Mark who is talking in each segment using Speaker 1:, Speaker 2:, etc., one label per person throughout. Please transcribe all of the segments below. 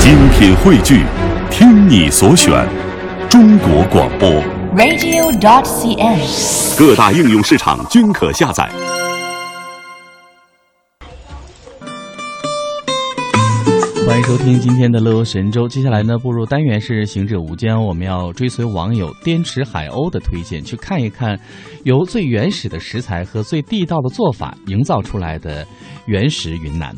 Speaker 1: 精品汇聚，听你所选，中国广播。
Speaker 2: radio.cn
Speaker 1: 各大应用市场均可下载。
Speaker 3: 欢迎收听今天的《乐游神州》。接下来呢，步入单元是“行者无疆”，我们要追随网友滇池海鸥的推荐，去看一看由最原始的食材和最地道的做法营造出来的原始云南。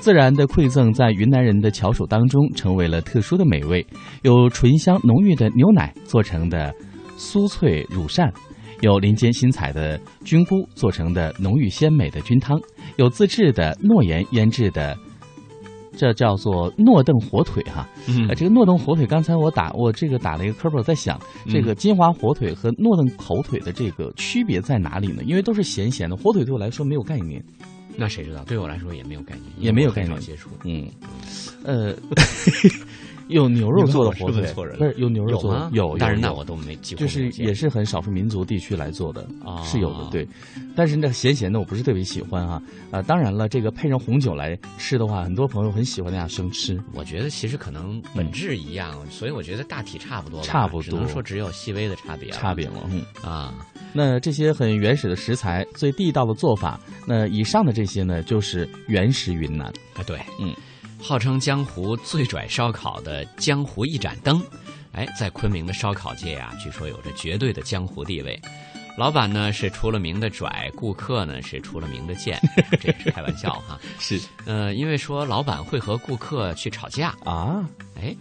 Speaker 3: 自然的馈赠在云南人的巧手当中成为了特殊的美味，有醇香浓郁的牛奶做成的酥脆乳扇，有林间新采的菌菇做成的浓郁鲜美的菌汤，有自制的糯盐腌制的。这叫做糯炖火腿哈、
Speaker 4: 嗯
Speaker 3: 呃，这个糯炖火腿，刚才我打我这个打了一个科普，在想
Speaker 4: 嗯
Speaker 3: 这个金华火腿和糯炖火腿的这个区别在哪里呢？因为都是咸咸的，火腿对我来说没有概念。
Speaker 4: 那谁知道？对我来说也没有概念，因
Speaker 3: 嗯
Speaker 4: 为
Speaker 3: 也没有
Speaker 4: 我很
Speaker 3: 概念
Speaker 4: 少接触。
Speaker 3: 嗯，呃，有牛肉做的火
Speaker 4: 你问我
Speaker 3: 腿
Speaker 4: 是问错人，了
Speaker 3: 不是有牛肉
Speaker 4: 有
Speaker 3: 做的
Speaker 4: 吗？
Speaker 3: 有，
Speaker 4: 但是
Speaker 3: 有
Speaker 4: 那
Speaker 3: 有
Speaker 4: 我都没几乎没
Speaker 3: 就是
Speaker 4: 有见
Speaker 3: 也是很少数民族地区来做的，
Speaker 4: 啊
Speaker 3: 是有的，对。但是那咸咸的我不是特别喜欢啊，啊、当然了，这个配上红酒来吃的话，很多朋友很喜欢那样生吃。
Speaker 4: 我觉得其实可能本质一样，所以我觉得大体差不多吧，
Speaker 3: 嗯差不多
Speaker 4: 只能说只有细微的差别了。
Speaker 3: 差别了，嗯，
Speaker 4: 啊，
Speaker 3: 那这些很原始的食材，最地道的做法，那以上的这些呢，就是原始云南。
Speaker 4: 啊对，
Speaker 3: 嗯，
Speaker 4: 号称江湖最拽烧烤的江湖一盏灯，哎，在昆明的烧烤界啊，据说有着绝对的江湖地位。老板呢是出了名的拽，顾客呢是出了名的贱，这也是开玩笑哈。
Speaker 3: 是
Speaker 4: 呃，因为说老板会和顾客去吵架，
Speaker 3: 啊，
Speaker 4: 哎，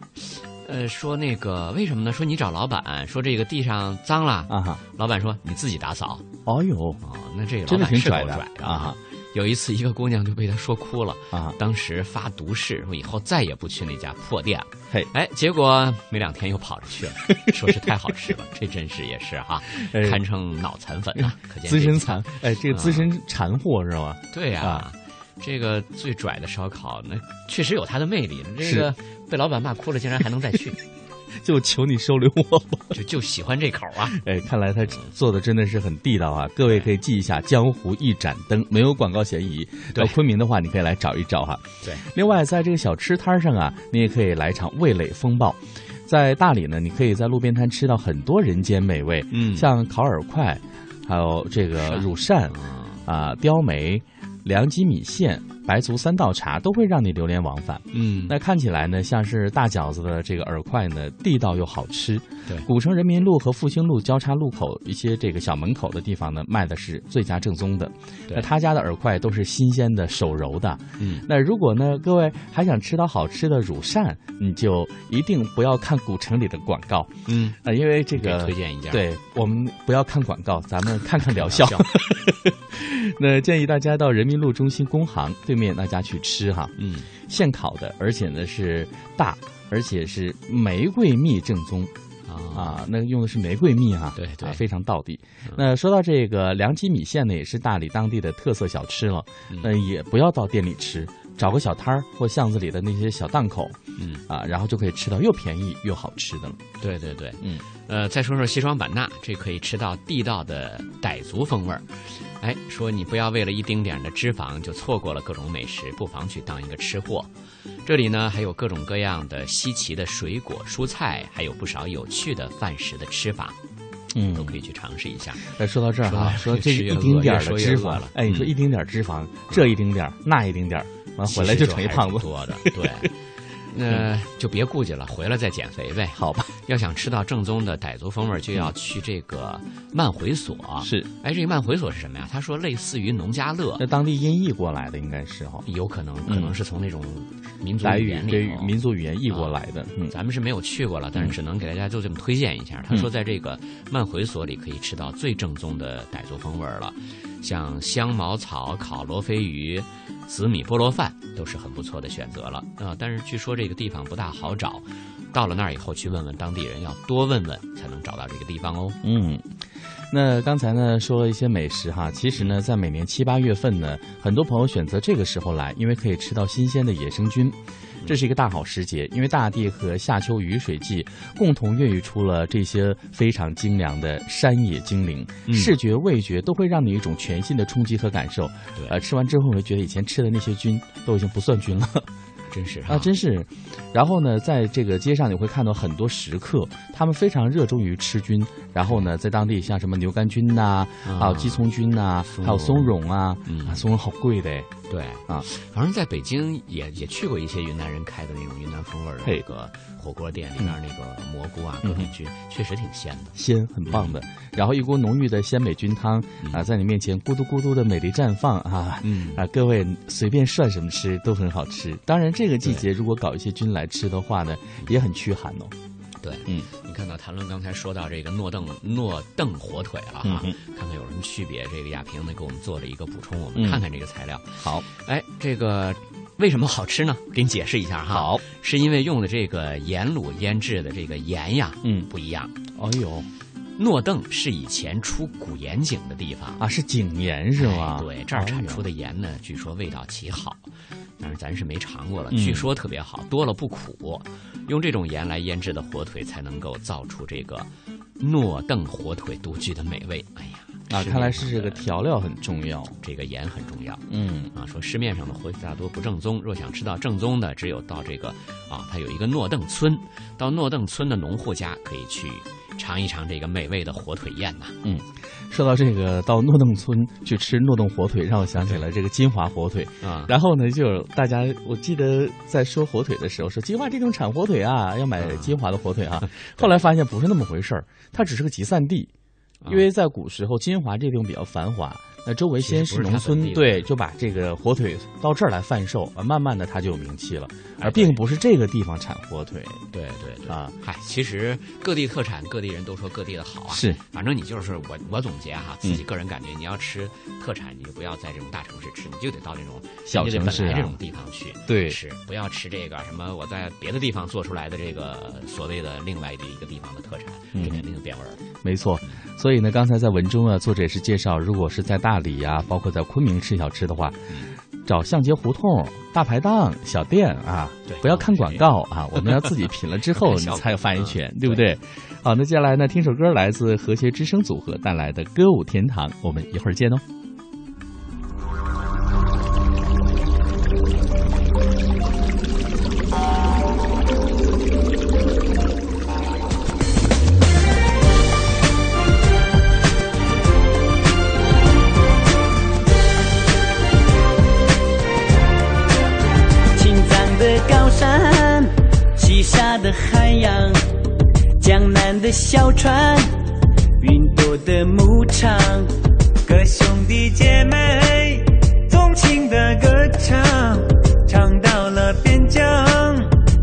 Speaker 4: 呃，说那个为什么呢？说你找老板，说这个地上脏了，
Speaker 3: 啊哈，
Speaker 4: 老板说你自己打扫。
Speaker 3: 哦呦，
Speaker 4: 哦，那这个
Speaker 3: 真
Speaker 4: 老
Speaker 3: 的
Speaker 4: 板
Speaker 3: 挺
Speaker 4: 是够
Speaker 3: 拽的
Speaker 4: 拽的
Speaker 3: 啊！
Speaker 4: 有一次，一个姑娘就被他说哭了，
Speaker 3: 哈啊，
Speaker 4: 当时发毒誓，说以后再也不去那家破店了。
Speaker 3: 嘿，
Speaker 4: 哎，结果没两天又跑着去了，说是太好吃了，这真是也是哈，
Speaker 3: 哎
Speaker 4: 堪称脑残粉 啊！可见
Speaker 3: 资
Speaker 4: 这
Speaker 3: 深
Speaker 4: 个
Speaker 3: 残，哎，这个资深馋货是吧？
Speaker 4: 对呀、
Speaker 3: 啊
Speaker 4: 这个最拽的烧烤，那确实有它的魅力。这
Speaker 3: 是
Speaker 4: 个被老板骂哭了，竟然还能 再去，
Speaker 3: 就求你收留我吧。
Speaker 4: 就就喜欢这口啊！
Speaker 3: 哎，看来他做的真的是很地道啊！各位可以记一下“江湖一盏灯”，没有广告嫌疑。到
Speaker 4: 对
Speaker 3: 昆明的话，你可以来找一找哈、
Speaker 4: 对，
Speaker 3: 另外，在这个小吃摊上啊，你也可以来场味蕾风暴。在大理呢，你可以在路边摊吃到很多人间美味，
Speaker 4: 嗯
Speaker 3: 像烤饵块，还有这个
Speaker 4: 是
Speaker 3: 乳扇
Speaker 4: 啊，
Speaker 3: 啊、雕梅、凉鸡米线、白族三道茶，都会让你流连忘返。
Speaker 4: 嗯，
Speaker 3: 那看起来呢，像是大饺子的这个饵块呢，地道又好吃。
Speaker 4: 对
Speaker 3: 古城人民路和复兴路交叉路口一些这个小门口的地方呢，卖的是最佳正宗的。
Speaker 4: 对
Speaker 3: 那他家的饵块都是新鲜的、手揉的。
Speaker 4: 嗯，
Speaker 3: 那如果呢，各位还想吃到好吃的乳扇，你就一定不要看古城里的广告，
Speaker 4: 嗯，
Speaker 3: 呃，因为这
Speaker 4: 给
Speaker 3: 个
Speaker 4: 推荐一家，，
Speaker 3: 对我们不要看广告，咱们看看疗 效。 那建议大家到人民路中心工行对面那家去吃哈。
Speaker 4: 嗯，
Speaker 3: 现烤的，而且呢是大，而且是玫瑰蜜正宗
Speaker 4: 啊，
Speaker 3: 啊，那个用的是玫瑰蜜哈、啊，
Speaker 4: 对对
Speaker 3: 啊非常道地。那说到这个凉鸡米线呢，也是大理当地的特色小吃了，
Speaker 4: 嗯
Speaker 3: 那也不要到店里吃。找个小摊儿或巷子里的那些小档口，
Speaker 4: 嗯
Speaker 3: 啊，然后就可以吃到又便宜又好吃的了。
Speaker 4: 对对对，
Speaker 3: 嗯，
Speaker 4: 呃，再说说西双版纳，这可以吃到地道的傣族风味儿。哎，说你不要为了一丁点儿的脂肪就错过了各种美食，不妨去当一个吃货。这里呢还有各种各样的稀奇的水果、蔬菜，还有不少有趣的饭食的吃法，
Speaker 3: 嗯
Speaker 4: 都可以去尝试一下。
Speaker 3: 那说到这儿哈、
Speaker 4: 说
Speaker 3: 说
Speaker 4: 到
Speaker 3: 这
Speaker 4: 越
Speaker 3: 一
Speaker 4: 吃越
Speaker 3: 丁
Speaker 4: 饿
Speaker 3: 点儿
Speaker 4: 越
Speaker 3: 的
Speaker 4: 说越
Speaker 3: 脂
Speaker 4: 饿
Speaker 3: 肪
Speaker 4: 了，
Speaker 3: 哎，你说
Speaker 4: 嗯
Speaker 3: 一丁点儿脂肪，这一丁点儿那一丁点儿，完啊回来就成一胖
Speaker 4: 其
Speaker 3: 子，
Speaker 4: 实还是 挺多的，对。那就别顾忌了，回来再减肥呗。
Speaker 3: 好吧？
Speaker 4: 要想吃到正宗的傣族风味儿，就要去这个慢回所。
Speaker 3: 是，
Speaker 4: 哎，这个慢回所是什么呀？他说类似于农家乐
Speaker 3: 那，当地音译过来的应该是哈、
Speaker 4: 有可能可能是从那种民族
Speaker 3: 傣
Speaker 4: 语
Speaker 3: 语
Speaker 4: 言
Speaker 3: 嗯对
Speaker 4: 里哦啊
Speaker 3: 于
Speaker 4: 头
Speaker 3: 民族语言译过来的，嗯，
Speaker 4: 咱们是没有去过了，但是只能给大家就这么推荐一下。他说，在这个慢回所里可以吃到最正宗的傣族风味儿了，像香茅草烤罗非鱼、紫米菠萝饭都是很不错的选择了啊、但是据说这个地方不大好找，到了那儿以后去问问当地人，要多问问才能找到这个地方哦。
Speaker 3: 嗯，那刚才呢说了一些美食哈，其实呢，在每年七八月份呢，很多朋友选择这个时候来，因为可以吃到新鲜的野生菌，这是一个大好时节，因为大地和夏秋雨水季共同孕育出了这些非常精良的山野精灵，视觉、味觉都会让你有一种全新的冲击和感受。
Speaker 4: 对
Speaker 3: 呃，吃完之后会觉得以前吃的那些菌都已经不算菌了，
Speaker 4: 真是哈
Speaker 3: 啊，真是。然后呢，在这个街上你会看到很多食客，他们非常热衷于吃菌。然后呢，在当地像什么牛肝菌呐、还有鸡枞菌呐、
Speaker 4: 啊松
Speaker 3: 还有松茸啊，
Speaker 4: 嗯
Speaker 3: 啊，松茸好贵的哎。
Speaker 4: 对
Speaker 3: 啊，
Speaker 4: 反正在北京也也去过一些云南人开的那种云南风味儿的
Speaker 3: 嘿嗯
Speaker 4: 那个火锅店，里面那个蘑菇啊，各种菌确实挺鲜的。
Speaker 3: 鲜，很棒
Speaker 4: 嗯
Speaker 3: 的。然后一锅浓郁的鲜美菌汤啊，在你面前咕嘟咕嘟的美丽绽放啊。
Speaker 4: 嗯，
Speaker 3: 啊，各位随便涮什么吃都很好吃。当然，这个季节如果搞一些菌来吃的话呢，
Speaker 4: 嗯
Speaker 3: 也很驱寒哦。
Speaker 4: 对，
Speaker 3: 嗯，
Speaker 4: 你看到谈论刚才说到这个诺邓诺邓火腿了
Speaker 3: 嗯
Speaker 4: 哈，看看有什么区别。这个亚萍呢给我们做了一个补充，我们
Speaker 3: 嗯
Speaker 4: 看看这个材料。
Speaker 3: 好，
Speaker 4: 哎，这个为什么好吃呢？给你解释一下哈。，
Speaker 3: 好，
Speaker 4: 是因为用的这个盐卤腌制的这个盐呀，
Speaker 3: 嗯，
Speaker 4: 不一样。
Speaker 3: 哎呦
Speaker 4: 诺邓是以前出古盐井的地方。
Speaker 3: 啊，是井盐是吗？哦
Speaker 4: 哎对，这儿产出
Speaker 3: 的
Speaker 4: 的盐呢，据说味道极好，但是咱是没尝过了。
Speaker 3: 嗯
Speaker 4: 据说特别好，多了不苦。用这种盐来腌制的火腿，才能够造出这个诺邓火腿独具的美味。哎呀，
Speaker 3: 啊，
Speaker 4: 市
Speaker 3: 看来
Speaker 4: 面
Speaker 3: 是
Speaker 4: 上
Speaker 3: 这个
Speaker 4: 的
Speaker 3: 调料很重要。
Speaker 4: 这个盐很重要。
Speaker 3: 嗯，
Speaker 4: 啊，说市面上的火腿大多不正宗，若想吃到正宗的，只有到这个啊，它有一个诺邓村，到诺邓村的农户家可以去尝一尝这个美味的火腿宴呐、
Speaker 3: 说到这个，到诺邓村去吃诺邓火腿，让我想起了这个金华火腿。
Speaker 4: 啊。
Speaker 3: 然后呢，就有大家我记得在说火腿的时候说金华这种产火腿啊，要
Speaker 4: 嗯
Speaker 3: 买金华的火腿 啊。后来发现不是那么回事儿，它只是个集散地，因为在古时候金华这地方比较繁华。那周围先
Speaker 4: 嗯其实不是
Speaker 3: 农
Speaker 4: 它本地
Speaker 3: 村，
Speaker 4: 的
Speaker 3: 对，就把这个火腿到这儿来贩售啊，慢慢的它就有名气了，
Speaker 4: 哎
Speaker 3: 而并不是这个地方产火腿
Speaker 4: 对对对
Speaker 3: 啊。
Speaker 4: 嗨，其实各地特产，各地人都说各地的好啊。
Speaker 3: 是，嗯
Speaker 4: 反正你就是我，我总结哈、自己个人感觉，你要吃特产，你就不要在这种大城市吃，你就得到这种
Speaker 3: 小
Speaker 4: 人家
Speaker 3: 城市
Speaker 4: 本来
Speaker 3: 啊
Speaker 4: 这种地方去。
Speaker 3: 对
Speaker 4: 吃，不要吃这个什么我在别的地方做出来的这个所谓的另外的一个地方的特产，
Speaker 3: 嗯
Speaker 4: 这肯定就变味儿了。
Speaker 3: 没错，所以呢，刚才在文中啊，作者也是介绍，如果是在大理呀、包括在昆明吃小吃的话，找巷街胡同、大排档、小店啊
Speaker 4: 对，
Speaker 3: 不要看广告啊，我们要自己品了之后，
Speaker 4: 看
Speaker 3: 你
Speaker 4: 效果
Speaker 3: 才有发言权
Speaker 4: 嗯，
Speaker 3: 对不对？好，那接下来呢，听首歌来自和谐之声组合带来的《歌舞天堂》，我们一会儿见哦。
Speaker 2: 青藏的高山，西沙的海洋，江南的小船，云朵的牧场，各兄弟姐妹纵情的歌唱，唱到了边疆，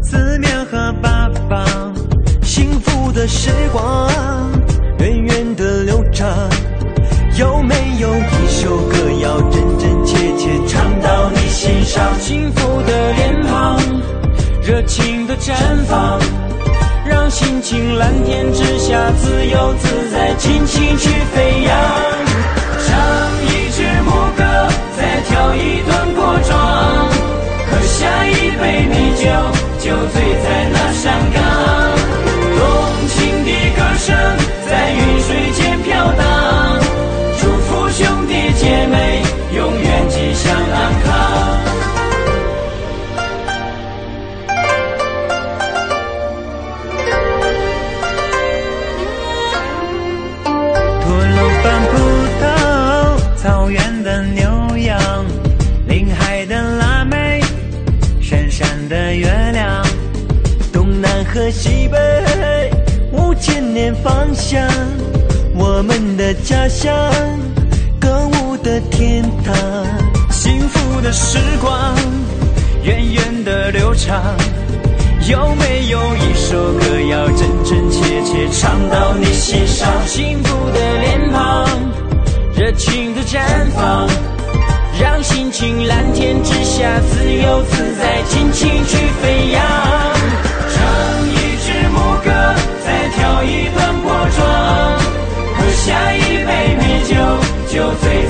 Speaker 2: 四面和八方，幸福的时光源远的流长。有没有一首歌要真真切切唱到你心上？幸福的脸庞，热情的绽放，让心情蓝天之下自由自在，尽情去飞扬。唱一支牧歌，再跳一段国庄，喝下一杯美酒，就醉在那山岗。动情的歌声在云水间飘荡，祝福兄弟姐妹永远吉祥安康。吐鲁番葡萄，草原的牛羊，临海的腊梅，闪闪的月亮，东南和西北五千年方向，我们的家乡，歌舞的天堂，幸福的时光，源远的流长。有没有一首歌要真真切切唱到你心上？幸福的脸庞，热情的绽放，让心情蓝天之下自由自在，尽情去飞扬。唱一支牧歌，再跳一段国庄，喝下一杯美酒，就醉